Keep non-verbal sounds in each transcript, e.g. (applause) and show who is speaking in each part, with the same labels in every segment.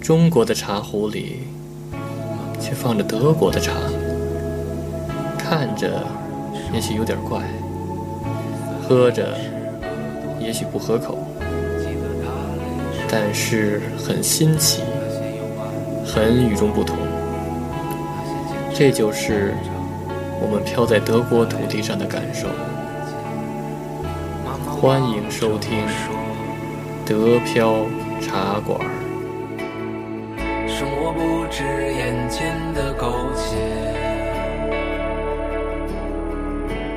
Speaker 1: 中国的茶壶里却放着德国的茶，看着也许有点怪，喝着也许不合口，但是很新奇，很与众不同。这就是我们飘在德国土地上的感受。欢迎收听德飘茶馆。
Speaker 2: 生活不止眼前的苟且，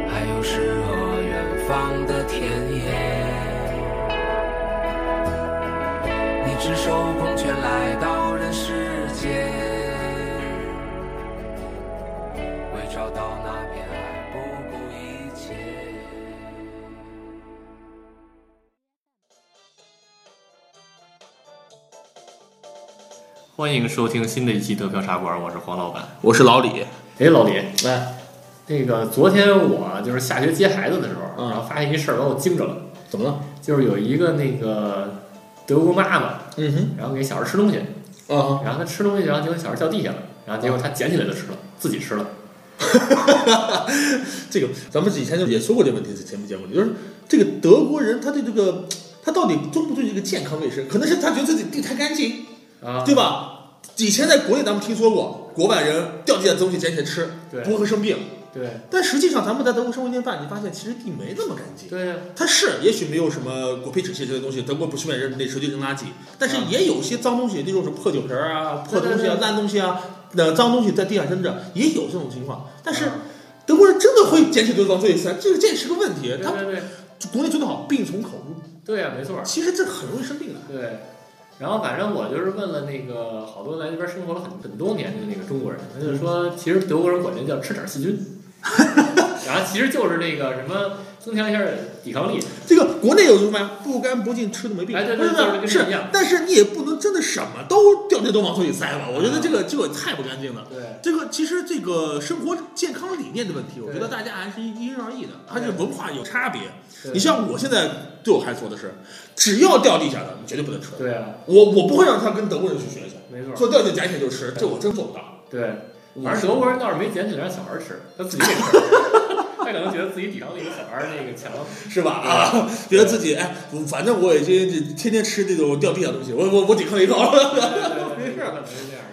Speaker 2: 还有诗和远方的田野。你赤手空拳来到人世间，为找到那片爱不顾一切。
Speaker 1: 欢迎收听新的一期德飘茶馆，我是黄老板。
Speaker 3: 我是老李，
Speaker 1: 哎，老李，来，那个昨天我就是下学接孩子的时候，
Speaker 3: 嗯
Speaker 1: 然后发现一事儿把我惊着了，
Speaker 3: 怎么了？
Speaker 1: 就是有一个那个德国妈妈，
Speaker 3: 嗯
Speaker 1: 然后给小孩吃东西，
Speaker 3: 哼，啊，
Speaker 1: 然后她吃东西，然后结果小孩掉地下了，然后结果她捡起来就吃了，自己吃了。
Speaker 3: 这个咱们以前就也说过这个问题，在前面节目里，就是这个德国人他对这个他到底重不重视这个健康卫生？可能是他觉得自己地太干净，
Speaker 1: 啊，
Speaker 3: 对吧？以前在国内咱们听说过，国外人掉地下东西捡起来吃
Speaker 1: 对，
Speaker 3: 不会生病。
Speaker 1: 对
Speaker 3: 但实际上，咱们在德国生活一年半，你发现其实地没那么干净。
Speaker 1: 对呀、
Speaker 3: 它是也许没有什么果皮纸屑这些东西，德国不是外人那随地扔垃圾，但是
Speaker 1: 嗯
Speaker 3: 也有些脏东西，那种什么破酒瓶儿啊、破东
Speaker 1: 对
Speaker 3: 西
Speaker 1: 对
Speaker 3: 啊
Speaker 1: 对、
Speaker 3: 烂东西啊，那脏东西在地上扔着，也有这种情况。但是
Speaker 1: 嗯
Speaker 3: 德国人真的会捡起流脏罪，这个这也是个问题
Speaker 1: 对。
Speaker 3: 他
Speaker 1: 对对
Speaker 3: 国内做得好，病从口入，
Speaker 1: 对呀、没错儿。
Speaker 3: 其实这很容易生病的。
Speaker 1: 对，然后反正我就是问了那个好多来这边生活了很很多年的那个中国人，他就说，其实德国人管这叫吃点细菌，然后其实就是那个什么增强一下抵抗力。
Speaker 3: 这个国内有什么呀？不干不净，吃的没病。
Speaker 1: 哎对
Speaker 3: 不
Speaker 1: 对
Speaker 3: 是
Speaker 1: 就是跟这
Speaker 3: 不是
Speaker 1: 一样
Speaker 3: 但是你也不能真的什么都掉这都往嘴里塞吧？我觉得这
Speaker 1: 嗯
Speaker 3: 个这个太不干净了。
Speaker 1: 对啊
Speaker 3: 这个其实这个生活健康理念的问题，我觉得大家还是因人而异的，还是文化有差别。
Speaker 1: 对
Speaker 3: 你像我现在对我孩子说的是，只要掉地下的，你绝对不能吃。
Speaker 1: 对啊，
Speaker 3: 我我不会让他跟德国人去学去，
Speaker 1: 没错儿，
Speaker 3: 说掉地下捡起来就吃，这我真做不到。
Speaker 1: 对。
Speaker 3: 我
Speaker 1: 反
Speaker 3: 是
Speaker 1: 正德国人倒是没捡起来让小孩儿吃，他自己给吃 (laughs) 了，他可能觉得自己抵抗力比小孩儿那个强。
Speaker 3: 是吧？
Speaker 1: 嗯
Speaker 3: 啊，觉得自己哎，我反正我已经天天吃这种掉地下的东西，我我我抵抗力高。
Speaker 1: 没事，可能是这样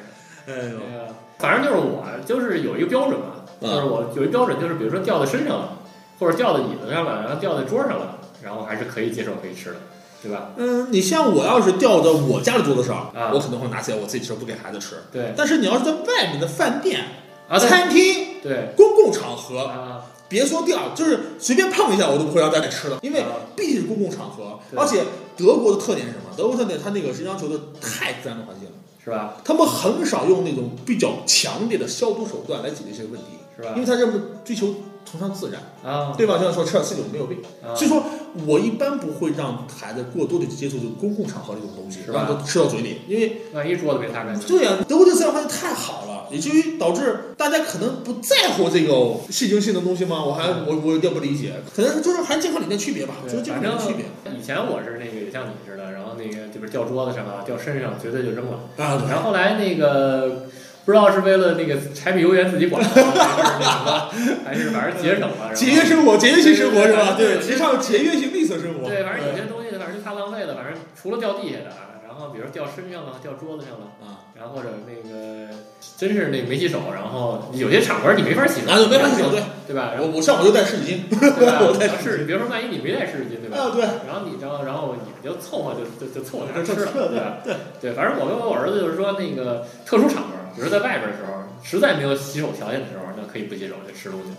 Speaker 1: 的。
Speaker 3: 哎呦，
Speaker 1: 呃，反正就是我就是有一个标准吧，
Speaker 3: 嗯
Speaker 1: 就是我有一标准，就是比如说掉在身上了，或者掉在椅子上了，然后掉在桌上了，然后还是可以接受可以吃的，对吧？
Speaker 3: 嗯，你像我要是掉到我家的桌子上，
Speaker 1: 啊
Speaker 3: 我可能会拿起来我自己吃，不给孩子吃。
Speaker 1: 对
Speaker 3: 但是你要是在外面的饭店、
Speaker 1: 啊，对
Speaker 3: 餐厅、
Speaker 1: 对
Speaker 3: 公共场合，
Speaker 1: 啊，
Speaker 3: 别说掉，就是随便碰一下，我都不会让大家吃的，因为
Speaker 1: 啊
Speaker 3: 毕竟是公共场合。
Speaker 1: 对
Speaker 3: 而且德国的特点是什么？德国特点它那个是要求的太自然的环境了，
Speaker 1: 是吧？
Speaker 3: 他们很少用那种比较强烈的消毒手段来解决这些问题，
Speaker 1: 是吧
Speaker 3: 因为他认为追求崇尚自然，
Speaker 1: 啊，
Speaker 3: 对吧？就像说吃点细菌没有病。
Speaker 1: 啊
Speaker 3: 所以说我一般不会让孩子过多的接触这个公共场合这种东西，
Speaker 1: 是吧
Speaker 3: 让他吃到嘴里，因为
Speaker 1: 万一桌子没擦干净，
Speaker 3: 对啊，德国这个自然环境太好了，以至于导致大家可能不在乎这个细菌性的东西吗？我还我我有点不理解，可能就是还是健康理念区别吧，
Speaker 1: 嗯
Speaker 3: 就
Speaker 1: 对
Speaker 3: 是健
Speaker 1: 反
Speaker 3: 康理
Speaker 1: 正
Speaker 3: 念区别
Speaker 1: 以前我是那个也像你似的，然后那个就是掉桌子上啊，掉身上绝对就扔了。
Speaker 3: 啊。
Speaker 1: 然后后来那个不知道是为了那个柴米油盐自己管，还是那什么，还是反正节省了，然后
Speaker 3: (laughs) 节约生活，节约型生活是吧？
Speaker 1: 对对
Speaker 3: 对，
Speaker 1: 对
Speaker 3: 提倡节约型绿色生
Speaker 1: (laughs)
Speaker 3: 活。
Speaker 1: 对，反正有些东西，反正就怕浪费了。反正除了掉地下的，啊，然后比如说掉身上了、掉桌子上了，
Speaker 3: 啊，
Speaker 1: 然后或者那个真是那没洗手，然后有些场合你没法洗手，
Speaker 3: 啊对，没法洗手，对，
Speaker 1: 对吧？然
Speaker 3: 我
Speaker 1: 后
Speaker 3: 我像我就带湿纸巾
Speaker 1: 对吧？
Speaker 3: (laughs) 我带
Speaker 1: 然后是，比如说万一你没带湿纸巾，对吧？
Speaker 3: 啊，对，
Speaker 1: 然后你然后然后你们就凑合就就就凑合着
Speaker 3: 就
Speaker 1: 吃了，对吧？
Speaker 3: 对
Speaker 1: 对，反正我跟我儿子就是说那个特殊场合，比如说在外边的时候，实在没有洗手条件的时候，那可以不洗手就吃东西，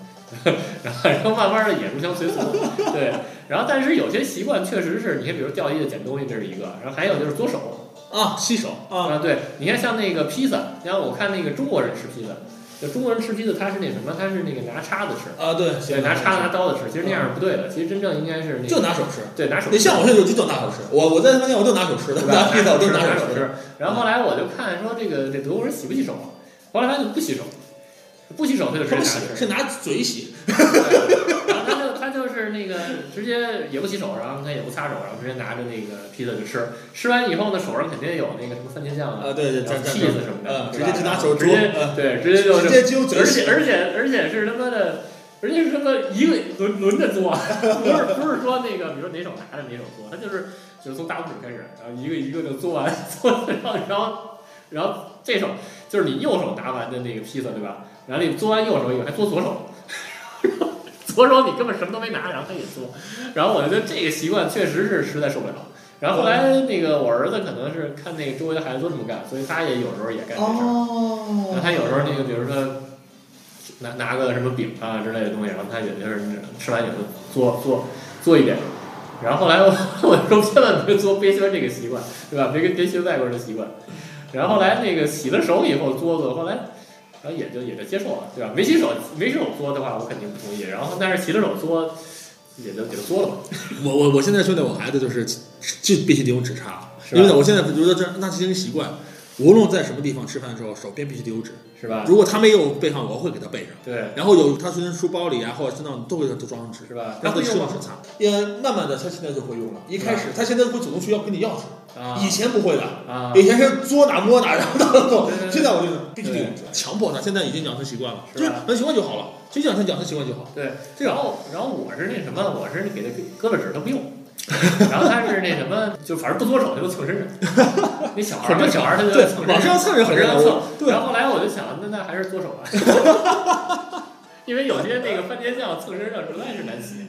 Speaker 1: (laughs) 然后 (laughs) 然后慢慢的也入乡随俗，对。然后但是有些习惯确实是，你看比如掉地下捡东西这是一个，然后还有就是左手
Speaker 3: 啊，洗手啊，
Speaker 1: 啊，对，你看像那个披萨，像我看那个中国人吃披萨，就中国人吃披萨他是那什么，他是那个拿叉子吃，
Speaker 3: 啊，对，
Speaker 1: 对，拿叉子拿刀子吃，其实那样是不对的，其实真正应该是那个
Speaker 3: 就拿手吃。
Speaker 1: 对拿手
Speaker 3: 你
Speaker 1: 吃。
Speaker 3: 像我这手机就拿手吃，我我在饭店我就拿手 (laughs) 吃的，
Speaker 1: 对吧
Speaker 3: 拿披萨我都拿
Speaker 1: 拿
Speaker 3: 手吃。
Speaker 1: 吃。然后后来我就看说这个这德国人洗不洗手，啊后来发现不洗手，不洗手他就直接拿
Speaker 3: 他们洗
Speaker 1: 吃，
Speaker 3: 是拿嘴洗，
Speaker 1: 对然后他就他就是那个直接也不洗手，然后他也不擦手，然后直接拿着那个披萨就吃。吃完以后呢，手上肯定有那个什么番茄酱
Speaker 3: 啊，对对，
Speaker 1: 然后
Speaker 3: 蘸蘸
Speaker 1: cheese 什么的，
Speaker 3: 嗯，直
Speaker 1: 对
Speaker 3: 接
Speaker 1: 吧
Speaker 3: 就拿手
Speaker 1: 直
Speaker 3: 捉，
Speaker 1: 接
Speaker 3: 嗯
Speaker 1: 对，直接就
Speaker 3: 直接揪嘴
Speaker 1: 而且
Speaker 3: 洗，
Speaker 1: 而且而且是他妈的，而且是他妈一个轮轮着做， (laughs) 不是不是说那个，比如说哪手拿着哪手做，他就是就是从大拇指开始，然后一个一个就做完， (laughs) 做然后然后然后这手就是你右手拿完的那个披萨对吧？然后你做完右手以后还做左手。 (laughs) 左手你根本什么都没拿，然后他也做，然后我觉得这个习惯确实是实在受不了。然后后来那个我儿子可能是看那个周围的孩子都这么干，所以他也有时候也干这事儿。那
Speaker 3: 哦，
Speaker 1: 他有时候那个，比如说拿拿个什么饼啊之类的东西，然后他也就是吃完以后做做做一点。然后后来我 (laughs) 我说千万别做，别学这个习惯，对吧？别跟别学外国人的习惯。然后后来那个洗了手以后做做，后来然后也就也就接受了，对吧？没洗手没洗手做的话，我肯定不同意。然后但是洗了手做，也就也就做了吧。
Speaker 3: 我我我现在训练我孩子就是，就必须得用纸叉，
Speaker 1: 是吧
Speaker 3: 因为呢，我现在觉得这那是一个习惯，无论在什么地方吃饭的时候，手边必须得有纸。
Speaker 1: 是吧？
Speaker 3: 如果他没有备上，我会给他备上。
Speaker 1: 对，
Speaker 3: 然后有他随身书包里啊，或者身上都会都装上纸，
Speaker 1: 是吧？
Speaker 3: 让
Speaker 1: 他
Speaker 3: 他
Speaker 1: 会
Speaker 3: 吃
Speaker 1: 用
Speaker 3: 饱
Speaker 1: 吗
Speaker 3: 吃擦。也慢慢的，他现在就会用了。一开始他现在会主动去要跟你要纸，
Speaker 1: 啊
Speaker 3: 以前不会的，
Speaker 1: 啊，
Speaker 3: 以前是捉打摸打，然后到
Speaker 1: 对对对
Speaker 3: 现在我就必须得用纸
Speaker 1: 对，
Speaker 3: 强迫他。现在已经养成习惯了，
Speaker 1: 是
Speaker 3: 就是
Speaker 1: 吧
Speaker 3: 养成习惯就好了，就养成养成习惯就好。
Speaker 1: 对，
Speaker 3: 这
Speaker 1: 然
Speaker 3: 样
Speaker 1: 后然后我是那什么，我是给他胳膊指都不用，然后他是那什么，就反正不左手他就蹭身上，那小孩儿嘛小孩儿他就
Speaker 3: 对
Speaker 1: 蹭，
Speaker 3: 往
Speaker 1: 身上，
Speaker 3: 上蹭是很
Speaker 1: 往
Speaker 3: 正
Speaker 1: 上
Speaker 3: 常
Speaker 1: 蹭
Speaker 3: 的。。对
Speaker 1: 然，后后来我就想，那那还是左手吧， (laughs) 因为有些那个番茄酱蹭身上实在是难洗，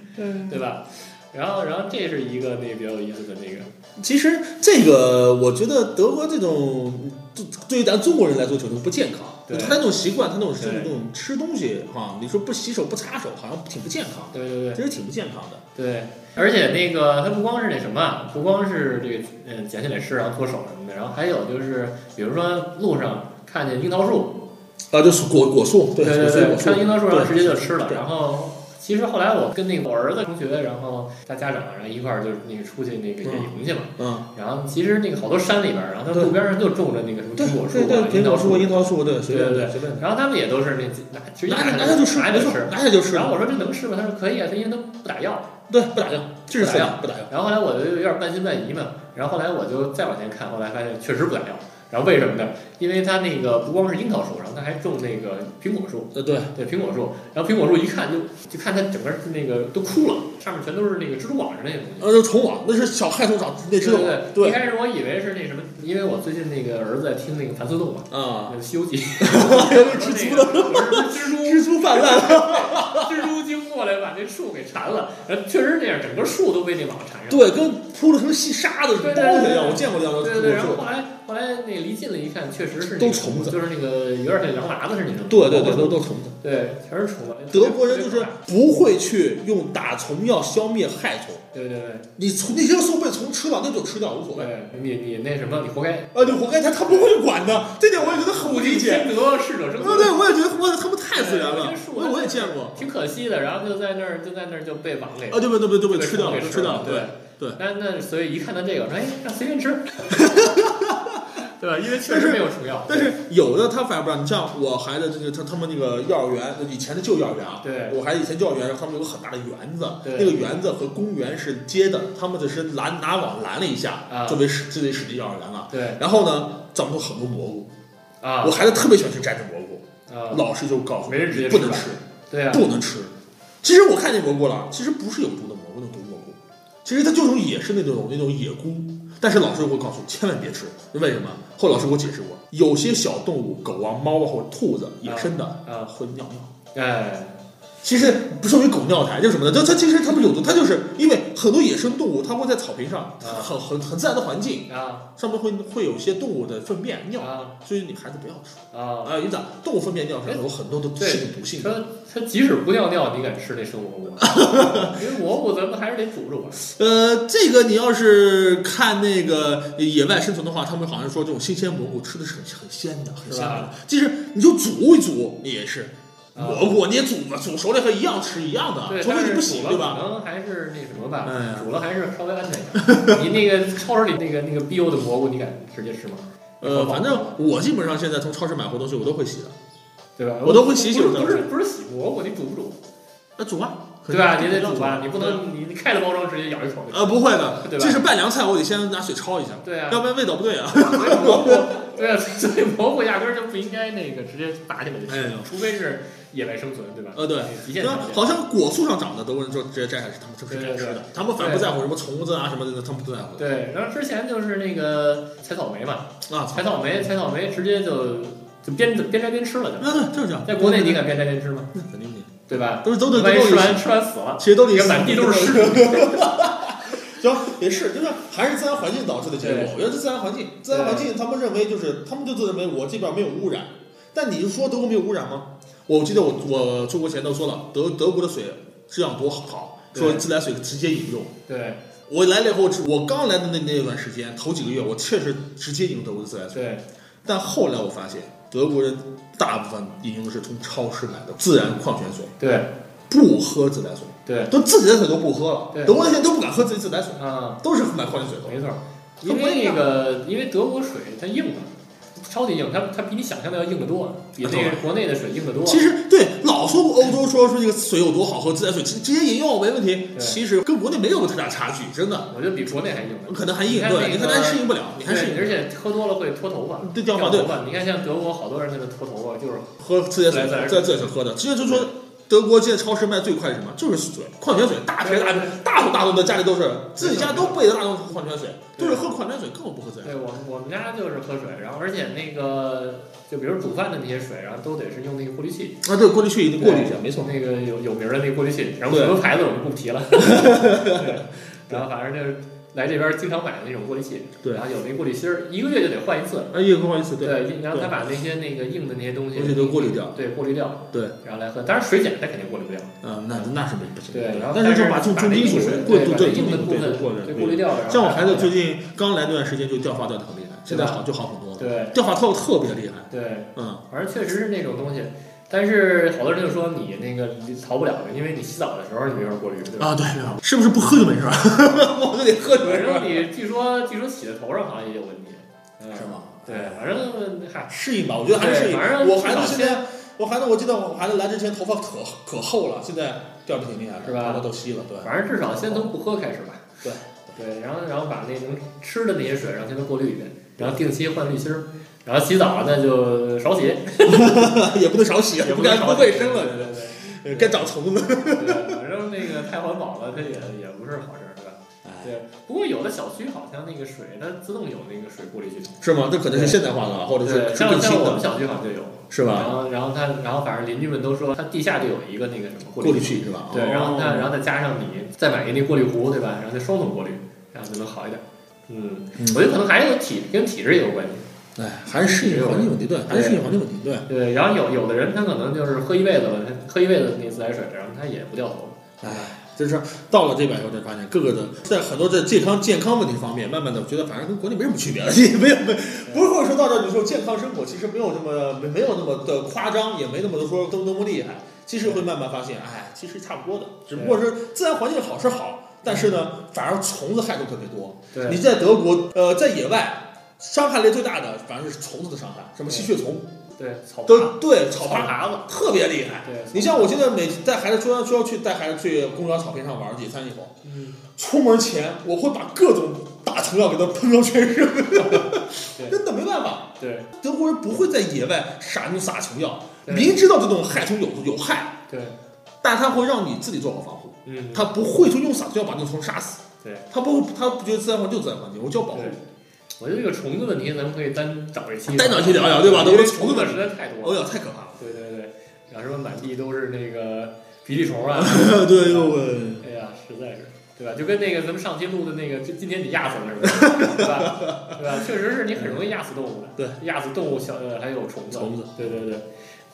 Speaker 1: 对吧？然后然后这是一个那比较有意思的那个，
Speaker 3: 其实这个我觉得德国这种，对对于咱中国人来说，可能不健康。
Speaker 1: 对
Speaker 3: 他那种习惯，他那种
Speaker 1: 对
Speaker 3: 那种吃东西哈，你说不洗手不擦手，好像挺不健康，
Speaker 1: 对对对。
Speaker 3: 其实挺不健康的。
Speaker 1: 对，而且那个它不光是那什么啊，不光是这个嗯捡起来吃，然后脱手什么的，然后还有就是比如说路上看见樱桃树，
Speaker 3: 啊，就是果果树，
Speaker 1: 对
Speaker 3: 果树
Speaker 1: 对，
Speaker 3: 果
Speaker 1: 看见
Speaker 3: 树，
Speaker 1: 樱桃树然后直接就吃了，
Speaker 3: 对
Speaker 1: 然后。其实后来我跟那个我儿子同学，然后他家长，啊然后一块儿就是那个出去那个野营去嘛。
Speaker 3: 嗯，
Speaker 1: 然后其实那个好多山里边儿，然后他路边上就种着那个什么
Speaker 3: 对
Speaker 1: 苹果树、
Speaker 3: 对
Speaker 1: 啊、
Speaker 3: 对，苹
Speaker 1: 桃
Speaker 3: 果树、樱桃树，对，随便
Speaker 1: 对对对
Speaker 3: 随便的，
Speaker 1: 然后他们也都是那拿，其实
Speaker 3: 拿
Speaker 1: 拿
Speaker 3: 着拿着就吃，
Speaker 1: 拿
Speaker 3: 没
Speaker 1: 着
Speaker 3: 错
Speaker 1: 吃。，
Speaker 3: 拿着就吃
Speaker 1: 然，后我说这能吃吗？他说可以啊，他因为他不打药。
Speaker 3: 对，不打药，这是
Speaker 1: 不打
Speaker 3: 废
Speaker 1: 药
Speaker 3: 不打药。
Speaker 1: 然后后来我就有点半信半疑嘛，然后后来我就再往前看，后来发现确实不咋样。然后为什么呢？因为它那个不光是樱桃树，然后它还种那个苹果树，
Speaker 3: 呃，对，
Speaker 1: 对苹果树。然后苹果树一看就就看它整个那个都枯了，上面全都是那个蜘蛛网似的那些东西。
Speaker 3: 呃，就虫网，那是小害虫长，那
Speaker 1: 对
Speaker 3: 知道
Speaker 1: 对
Speaker 3: 吗？
Speaker 1: 对，一开始我以为是那什么，因为我最近那个儿子在听那个樊思栋嘛，
Speaker 3: 啊，
Speaker 1: 那个《西游记》
Speaker 3: 蜘蛛的
Speaker 1: 那个我说蜘蛛
Speaker 3: 蜘蛛泛滥，
Speaker 1: 蜘蛛精过来把那树给缠了，然后确实这样，整个树都被那网缠上了。
Speaker 3: 对，跟铺了成细沙子似
Speaker 1: 对对
Speaker 3: 的
Speaker 1: 对
Speaker 3: 包起来一样，
Speaker 1: 对
Speaker 3: 我见过这样的
Speaker 1: 对
Speaker 3: 蜘
Speaker 1: 对
Speaker 3: 蛛
Speaker 1: 对，然
Speaker 3: 树
Speaker 1: 后。后来后来那离近了一看，确实是那个
Speaker 3: 都虫子
Speaker 1: 就是那个有点像狼娃子似的那种。
Speaker 3: 对对对，都都虫子。
Speaker 1: 对，全是虫子。
Speaker 3: 德国人就
Speaker 1: 特别可
Speaker 3: 是
Speaker 1: 怕
Speaker 3: 不会去用打虫药消灭害虫，
Speaker 1: 对对对
Speaker 3: 你虫那些树被虫吃了，那就吃掉无所谓。
Speaker 1: 对，你你那什么，你活该。
Speaker 3: 啊，你活该，他他不会去管的，这点我也觉
Speaker 1: (laughs)
Speaker 3: 得很不理解。
Speaker 1: 天得适者生
Speaker 3: 对
Speaker 1: 存。
Speaker 3: 对，我也觉得我他们太自然了
Speaker 1: 对这，树
Speaker 3: 我我也见过。
Speaker 1: 挺可惜的，然后就在那儿就在那儿就被网给
Speaker 3: 啊，对不对？对不对？对不
Speaker 1: 被
Speaker 3: 对？吃掉
Speaker 1: 虫
Speaker 3: 了，
Speaker 1: 给
Speaker 3: 吃
Speaker 1: 吃
Speaker 3: 掉了。
Speaker 1: 对
Speaker 3: 对，对
Speaker 1: 那那所以一看到这个，我说哎，那随
Speaker 3: (laughs)
Speaker 1: 便吃。对吧？因为确
Speaker 3: 但
Speaker 1: 实
Speaker 3: 是
Speaker 1: 没有虫药。
Speaker 3: 但是有的他反而不让你像我孩子，就是他他们那个幼儿园，以前的旧幼儿园啊，
Speaker 1: 对
Speaker 3: 我孩子以前幼儿园，他们有个很大的园子，
Speaker 1: 对
Speaker 3: 那个园子和公园是接的，他们只是拦拿网拦了一下，
Speaker 1: 啊
Speaker 3: 作为史作为史地幼儿园了。
Speaker 1: 对
Speaker 3: 然后呢，长出很多蘑菇，
Speaker 1: 啊
Speaker 3: 我孩子特别喜欢吃摘的蘑菇，
Speaker 1: 啊，
Speaker 3: 老师就告诉
Speaker 1: 没人直接
Speaker 3: 你不能
Speaker 1: 吃
Speaker 3: 吃，
Speaker 1: 对啊，
Speaker 3: 不能吃。其实我看见蘑菇了，其实不是有毒的蘑菇，那种毒蘑菇，其实它就是也是那种那种野菇，但是老师会告诉你千万别吃，为什么？后来老师给我解释过，有些小动物，狗啊、猫啊或者兔子，野生的
Speaker 1: 啊
Speaker 3: 会尿尿。
Speaker 1: 哎，
Speaker 3: 其实不是因为狗尿苔，就是什么呢？它它其实它们有毒，它就是因为很多野生动物，它会在草坪上，
Speaker 1: 啊
Speaker 3: 很很很自然的环境
Speaker 1: 啊
Speaker 3: 上面会会有一些动物的粪便尿，
Speaker 1: 啊
Speaker 3: 所以你孩子不要吃。
Speaker 1: 啊！
Speaker 3: 啊，你咋动物粪便尿上有很多的性毒性的，
Speaker 1: 他他即使不尿尿，你敢吃那生蘑
Speaker 3: (laughs)
Speaker 1: 菇吗？因为蘑菇咱们还是得煮煮吧。
Speaker 3: 呃，这个你要是看那个野外生存的话，他们好像说这种新鲜蘑菇吃的是很很鲜的，很
Speaker 1: 是
Speaker 3: 鲜
Speaker 1: 吧
Speaker 3: 美的。其实你就煮一煮也是，
Speaker 1: 啊
Speaker 3: 蘑菇你也煮吧，煮熟了和一样吃一样的，
Speaker 1: 对，
Speaker 3: 除
Speaker 1: 但
Speaker 3: 非你
Speaker 1: 是
Speaker 3: 不洗，
Speaker 1: 煮
Speaker 3: 对
Speaker 1: 了
Speaker 3: 吧？
Speaker 1: 可能还是那什么吧，
Speaker 3: 哎呀
Speaker 1: 煮了还是稍微安全一
Speaker 3: (laughs)
Speaker 1: 点。你那个超市里那个那个 BO 的蘑菇，你敢直接吃吗？
Speaker 3: 呃，反正我基本上现在从超市买回东西，我都会洗的。
Speaker 1: 对吧？
Speaker 3: 我都会洗洗
Speaker 1: 不是
Speaker 3: 我
Speaker 1: 不
Speaker 3: 再
Speaker 1: 是不是洗蘑菇，你煮不煮？
Speaker 3: 那煮啊，
Speaker 1: 对吧？你
Speaker 3: 肯定
Speaker 1: 得
Speaker 3: 让
Speaker 1: 煮
Speaker 3: 煮
Speaker 1: 吧，你不能你你开了包装直接咬一口就。
Speaker 3: 呃，不会的，
Speaker 1: 对吧
Speaker 3: 这是拌凉菜，我得先拿水焯一下，
Speaker 1: 对啊，
Speaker 3: 要不然味道不对啊。
Speaker 1: 所以蘑菇，对啊，所以蘑菇压根儿就不应该那个直接拔起来就
Speaker 3: 哎
Speaker 1: 吃
Speaker 3: 呦，
Speaker 1: 除非是野外生存，对吧？
Speaker 3: 呃，对，
Speaker 1: 极限
Speaker 3: 那
Speaker 1: 条
Speaker 3: 好
Speaker 1: 件。
Speaker 3: 像果树上长的德国人就直接摘下来，他们这
Speaker 1: 对
Speaker 3: 是该
Speaker 1: 对
Speaker 3: 吃
Speaker 1: 对
Speaker 3: 的，他们反而不在乎什么虫子啊什么的，他们不在乎的。
Speaker 1: 对，然后之前就是那个采草莓嘛，
Speaker 3: 啊，操
Speaker 1: 采草莓，采草莓直接就就边边摘边吃了就。
Speaker 3: 那对，就是这样。
Speaker 1: 在国内你敢边摘边吃吗？
Speaker 3: 那肯定的，
Speaker 1: 对吧？
Speaker 3: 都是都得
Speaker 1: 万一
Speaker 3: 都
Speaker 1: 吃
Speaker 3: 得，
Speaker 1: 完吃完死了，
Speaker 3: 其实都得
Speaker 1: 这个满地都是
Speaker 3: 屎。
Speaker 1: 屎。
Speaker 3: (laughs) 行，也是，就是还是自然环境导致的结果
Speaker 1: 对。
Speaker 3: 我觉得是自然环境，自然环境他们认为就是他们就自认为我这边没有污染，但你就说德国没有污染吗？我记得我我出国前都说了，德德国的水质量多好，
Speaker 1: 对
Speaker 3: 说自来水直接饮用。
Speaker 1: 对
Speaker 3: 我来了以后，我刚来的那那段时间，头几个月我确实直接饮用德国的自来水，
Speaker 1: 对
Speaker 3: 但后来我发现德国人大部分饮用的是从超市买的自然矿泉水，
Speaker 1: 对
Speaker 3: 不喝自来水，
Speaker 1: 对
Speaker 3: 都自己的水都不喝了。
Speaker 1: 对
Speaker 3: 德国人现在都不敢喝自己自来水，
Speaker 1: 啊，
Speaker 3: 都是买矿泉水喝。
Speaker 1: 没错。因为那个，因为德国水它硬啊，超级硬，它它比你想象的要硬得多，比那个国内的水硬得多。
Speaker 3: 啊其实对，老说欧洲说说这个水有多好喝，自来水直直接饮用没问题，
Speaker 1: 对
Speaker 3: 其实跟国内没有太大差距，真的，
Speaker 1: 我觉得比国内还硬呢。
Speaker 3: 可能还应
Speaker 1: 你看那
Speaker 3: 对，
Speaker 1: 个
Speaker 3: 你可能还适应不了，你还适应
Speaker 1: 对，
Speaker 3: 不
Speaker 1: 而
Speaker 3: 了。
Speaker 1: 且喝多了会脱头发，
Speaker 3: 对，掉
Speaker 1: 掉
Speaker 3: 发对
Speaker 1: 头，发。你看像德国好多人在那脱头发，就是
Speaker 3: 喝自来水，
Speaker 1: 自来
Speaker 3: 在
Speaker 1: 水
Speaker 3: 自来水喝的，直接就说德国现在超市卖最快是什么？就是水，矿泉水，大瓶大瓶，大桶大桶的，家里都是，自己家都备着大桶矿泉水，都
Speaker 1: 对
Speaker 3: 是喝矿泉水，根本不喝自来水。
Speaker 1: 对我我们家就是喝水，然后而且那个就比如煮饭的那些水，然后都得是用那个过滤器，
Speaker 3: 啊，对，过滤器一定过滤一下，没错。
Speaker 1: 那个有有名儿的那个过滤器，然后
Speaker 3: 对
Speaker 1: 什么牌子我就不
Speaker 3: (laughs)
Speaker 1: 提了。对，然后反正就是来这边经常买的那种过滤器，
Speaker 3: 对
Speaker 1: 然后有那过滤芯儿，一个月就得换一次。
Speaker 3: 啊，一个不好意思，对，
Speaker 1: 对，然后他把那些那个硬的那些东西
Speaker 3: 东西都过滤掉。
Speaker 1: 对过滤掉，
Speaker 3: 对，
Speaker 1: 然后来喝。当然水碱它肯定过滤不了，
Speaker 3: 嗯，那那是没不行。
Speaker 1: 对，然后
Speaker 3: 但
Speaker 1: 是
Speaker 3: 是就把重重金属水过
Speaker 1: 对
Speaker 3: 对
Speaker 1: 把
Speaker 3: 对
Speaker 1: 硬的部分
Speaker 3: 过滤
Speaker 1: 过滤掉了。然后
Speaker 3: 像我孩子
Speaker 1: 再
Speaker 3: 最近刚来那段时间就掉发掉的很厉害，现在好就好很多了，
Speaker 1: 对
Speaker 3: 掉发掉的特别厉害。
Speaker 1: 对，
Speaker 3: 嗯，
Speaker 1: 反正确实是那种东西。但是好多人就说你那个逃不了的，因为你洗澡的时候你没法过滤，对吧？
Speaker 3: 啊，对，没有是不是不喝就没事儿？ (laughs) 我就得喝就没
Speaker 1: 反
Speaker 3: 事儿
Speaker 1: 正，你据说据说洗在头上好像也有问题，嗯，
Speaker 3: 是吗？
Speaker 1: 对，反正嗨，
Speaker 3: 适应吧，我觉得还是适
Speaker 1: 对
Speaker 3: 应。
Speaker 1: 反正
Speaker 3: 我孩
Speaker 1: 至少
Speaker 3: 子现在，我孩子我记得我孩子来之前头发可可厚了，现在掉的挺厉害的，
Speaker 1: 是吧
Speaker 3: 头发都稀了，对。 (laughs)
Speaker 1: 反正至少先从不喝开始吧。
Speaker 3: 对
Speaker 1: (laughs) 对，然后然后把那能吃的那些水，然后先都过滤一遍，然后定期换滤芯儿，然后洗澡那就少
Speaker 3: (laughs)
Speaker 1: 洗，
Speaker 3: 也不能少洗，
Speaker 1: 也能
Speaker 3: 不该
Speaker 1: 少
Speaker 3: 不
Speaker 1: 洗
Speaker 3: 卫生了，呃
Speaker 1: 对
Speaker 3: (laughs)
Speaker 1: 对对，
Speaker 3: 该长虫子。
Speaker 1: 对，反正那个太环保了，这也也不是好事儿，对吧？对，不过有的小区好像那个水它自动有那个水过滤系统，
Speaker 3: (laughs) 是吗？这可能是
Speaker 1: 对
Speaker 3: 现代化的，或者是
Speaker 1: 对，
Speaker 3: 是
Speaker 1: 像
Speaker 3: 更
Speaker 1: 像
Speaker 3: 新
Speaker 1: 我们嗯
Speaker 3: 的，
Speaker 1: 小区好像就有，
Speaker 3: 是吧
Speaker 1: 然？后然后它然后反正邻居们都说它地下就有一个那个什么过
Speaker 3: 过
Speaker 1: 滤
Speaker 3: 滤
Speaker 1: 器，
Speaker 3: 器是吧？哦
Speaker 1: 对，然后它然
Speaker 3: 后
Speaker 1: 后再加上你再买一那过滤壶，对吧？然后再双重过滤，然后就能好一点。嗯，我觉得可能还有体跟体质也有关系。
Speaker 3: 哎，还是适应环境问题，对，还是适应环境问题，对。
Speaker 1: 对，然后有有的人他可能就是喝一辈子了，他喝一辈子那自来水，然后他也不掉头。
Speaker 3: 哎，就是到了这边以后才发现，各个的在很多在健康健康问题方面，慢慢的觉得反正跟国内没什么区别了， (laughs) 也没有没不是说到这儿你说健康生活其实没有那么没没有那么的夸张，也没那么的说都那么厉害，其实会慢慢发现，哎，其实差不多的，只不过是自然环境好是好，但是呢，反而虫子害的特别多。你
Speaker 1: 嗯对，
Speaker 3: 在德国，呃，在野外伤害类最大的反正是虫子的伤害，什么吸血虫
Speaker 1: 对，草爬，
Speaker 3: 都对啊草
Speaker 1: 爬蛤
Speaker 3: 爬
Speaker 1: 子，
Speaker 3: 特别厉害。
Speaker 1: 对，
Speaker 3: 你像我现在每带孩子说说要去带孩子去公园草坪上玩野餐以后，
Speaker 1: 嗯，
Speaker 3: 出门前我会把各种大虫药给它喷到全 (laughs) 身，
Speaker 1: 对
Speaker 3: 真的没办法。
Speaker 1: 对
Speaker 3: 德国人不会在野外撒用撒虫药，
Speaker 1: 对
Speaker 3: 明知道这种害虫有有害，
Speaker 1: 对，
Speaker 3: 但他会让你自己做好防护，
Speaker 1: 嗯，
Speaker 3: 他不会说用撒虫药把那个虫杀死。
Speaker 1: 对，
Speaker 3: 他不会，他不觉得自然环境就自然环境，我就要保护
Speaker 1: 对。。我觉得这个虫子问题，咱们可以单找一期，
Speaker 3: 单找一期聊聊对吧
Speaker 1: 因为
Speaker 3: 都是
Speaker 1: 虫
Speaker 3: 虫子
Speaker 1: 子实在太多
Speaker 3: 哦
Speaker 1: 了。
Speaker 3: 呀，太可怕了！
Speaker 1: 对对对，然后什么满地都是那个鼻涕虫
Speaker 3: (laughs)
Speaker 1: 啊，
Speaker 3: 对呦喂，
Speaker 1: 哎呀，实在是，对吧？就跟那个咱们上期录的那个，就今天你压死 (laughs) 了似的，对吧？对吧？确实是你很容易压死动物的，
Speaker 3: 对，
Speaker 1: 压死动物小呃还有虫子，
Speaker 3: 虫子，
Speaker 1: 对对对，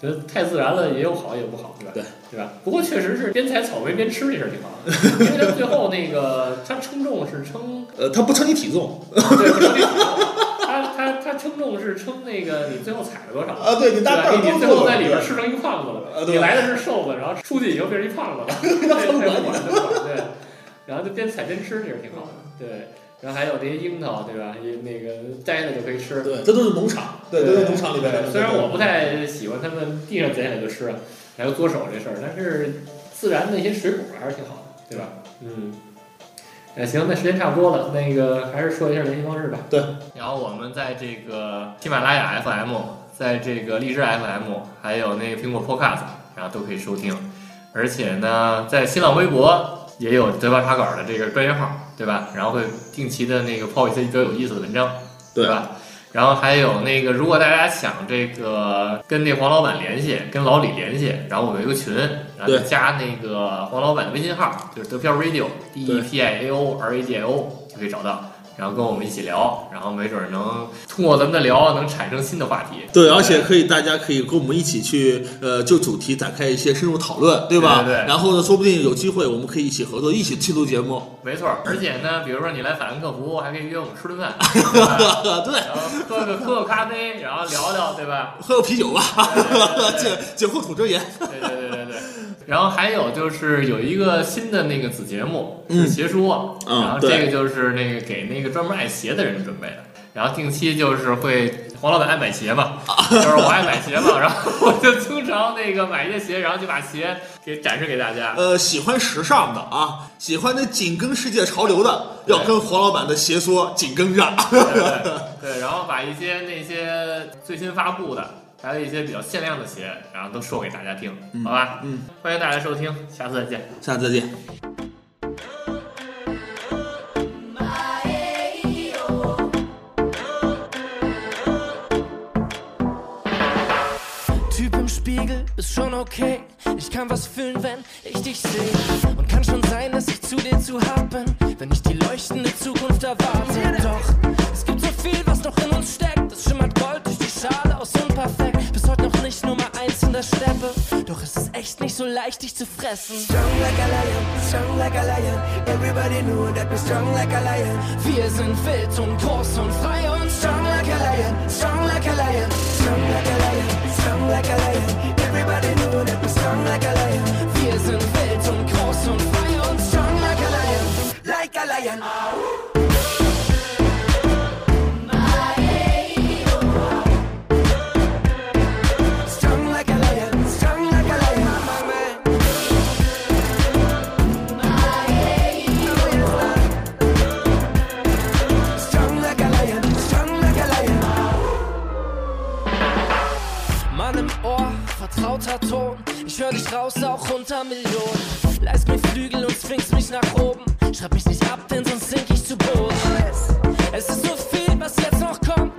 Speaker 1: 觉得太自然了也有好也有不好，对吧？
Speaker 3: 对，
Speaker 1: 对吧？不过确实是边采草莓边吃这事儿挺好的， (laughs) 因为他最后那个他称重是称，
Speaker 3: 呃，他不称你体重
Speaker 1: 对，不是那个他他他称重是称那个你最后采了多少。
Speaker 3: 啊，对你
Speaker 1: 对
Speaker 3: 大
Speaker 1: 吧？
Speaker 3: 袋
Speaker 1: 你
Speaker 3: 都
Speaker 1: 你最后
Speaker 3: 够
Speaker 1: 在里边
Speaker 3: 了，
Speaker 1: 吃成一个胖子了，
Speaker 3: 呃对
Speaker 1: 你来的是瘦子，然后出去以后变成一胖子
Speaker 3: (laughs)
Speaker 1: 了，对，太不管了，对，然后就边采边吃，这是挺好的，
Speaker 3: 嗯
Speaker 1: 对。然后还有这些樱桃，对吧？也那个摘了就可以吃。
Speaker 3: 对，这都是农场，对，都
Speaker 1: 对
Speaker 3: 是农场里边
Speaker 1: 对
Speaker 3: 的。
Speaker 1: 虽然我不太喜欢他们地上捡起来就吃，啊，还有做手这事儿，但是自然那些水果还是挺好的，对
Speaker 3: 对
Speaker 1: 吧？
Speaker 3: 吧？
Speaker 1: 嗯，呃，行，那时间差不多了，那个还是说一下联系方式吧。
Speaker 3: 对，
Speaker 1: 然后我们在这个喜马拉雅 FM，在这个荔枝 FM，还有那个苹果 Podcast，然后都可以收听。而且呢，在新浪微博也有德巴茶馆的这个专业号，对吧？然后会定期的那个抛一些比较有意思的文章，
Speaker 3: 对
Speaker 1: 吧？然后还有那个，如果大家想这个跟那黄老板联系，跟老李联系，然后我们有一个群，然后就
Speaker 3: 对
Speaker 1: 加那个黄老板的微信号，就是得票 radio d e
Speaker 3: 对
Speaker 1: p i a o r a d i o 就可以找到，然后跟我们一起聊，然后没准能通过咱们的聊能产生新的话题。
Speaker 3: 对，而且可以，大家可以跟我们一起去，呃，就主题展开一些深入讨论，对吧？
Speaker 1: 对对对
Speaker 3: 然后呢，说不定有机会，我们可以一起合作，一起去录节目。
Speaker 1: 没错儿，而且呢，比如说你来法兰克福，还可以约我们吃顿
Speaker 3: (laughs)
Speaker 1: 饭，对吧
Speaker 3: 对，
Speaker 1: 然后喝个喝个咖啡，然后聊聊，对吧？
Speaker 3: (laughs) 喝个啤酒吧， (laughs)
Speaker 1: 对对对对
Speaker 3: 酒酒后吐真言。
Speaker 1: 对对对对对。然后还有就是有一个新的那个子节目
Speaker 3: 嗯
Speaker 1: 是鞋说，
Speaker 3: 嗯
Speaker 1: 然后
Speaker 3: 对
Speaker 1: 这个就是那个给那个专门爱鞋的人准备的。然后定期就是会黄老板爱买鞋嘛，
Speaker 3: 啊
Speaker 1: 就是我爱买鞋
Speaker 3: (laughs)
Speaker 1: 嘛，然后我就经常那个买一些鞋，然后就把鞋给展示给大家。
Speaker 3: 呃，喜欢时尚的啊，喜欢那紧跟世界潮流的，要跟黄老板的鞋说紧跟着。 (laughs)
Speaker 1: 对对对对，然后把一些那些最新发布的，还有一些比较限量的鞋，然后都说给大家听，好吧？
Speaker 3: 嗯，
Speaker 1: 欢迎大家收听，下次再见。
Speaker 3: 下次再见。
Speaker 4: Typ im Spiegel ist schon okay. Ich kann was fühlen, wenn ich dich sehe. Und kann schon sein, dass ich zu dir zu hart bin, wenn ich die leuchtende Zukunft erwarte. Doch es gibt so viel, was noch in uns steckt. Es schimmert Gold durch die Schale aus Unperfekt. Bis heute noch nicht Nummer eins in der Steppe. Doch es ist echt nicht so leicht, dich zu fressen.
Speaker 5: Strong like a lion, strong like a lion. Everybody know that we're strong like a lion.
Speaker 4: Wir sind wild und groß und frei und
Speaker 5: Strong like a lion, strong like a lion. Strong like a lion, strong like a lion. Everybody know that we're strong like a lion.
Speaker 4: wir sind wild und groß und frei und
Speaker 5: Strong like a lion, like a lion. Strong like a lion, strong like a lion. Strong like a lion, strong like a lion.
Speaker 4: Mann im Ohr, vertrauter Ton. Ich hör dich raus, auch unter Millionen. Leist mir Flügel und zwingst mich nach oben. Schreib mich nicht ab, denn sonst sink ich zu Boden. Es ist so viel, was jetzt noch kommt.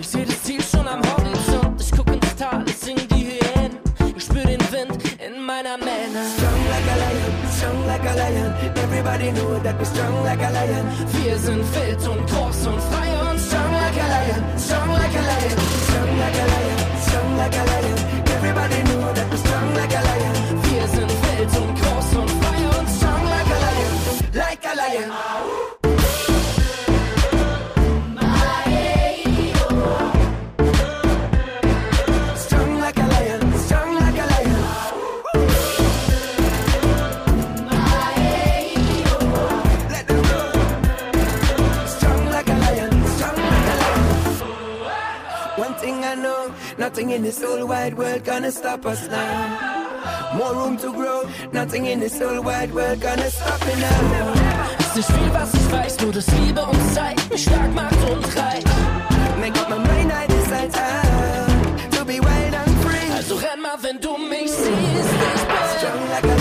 Speaker 4: Ich seh das Ziel schon am Horizont. Ich guck ins Tal, ich sing die Hyänen. Ich spür den Wind in meiner Mähne.
Speaker 5: Strong like a lion, strong like a lion. Everybody know that we're strong like a lion.
Speaker 4: Wir sind wild und groß und frei und
Speaker 5: Strong like a lion, strong like a lion. Strong like a lion, strong like a lion. Everybody know that we're strong like a lion.
Speaker 4: wir sind wild und groß und frei und
Speaker 5: Strong like a lion, like a lion. Strong like a lion, strong like a lion. Let them go. Strong like a lion, strong like a lion. One thing I know, nothing in this whole wide world gonna stop us now. More room to grow, nothing in this whole wide world gonna stop me now.
Speaker 4: Ist nicht viel, was ich weiß, nur dass Liebe uns zeigt, mich stark macht und reizt.
Speaker 5: Make up my mind, I decide ah, to be wild and free.
Speaker 4: Also renn mal, wenn du mich siehst, ich bin
Speaker 5: Strong like a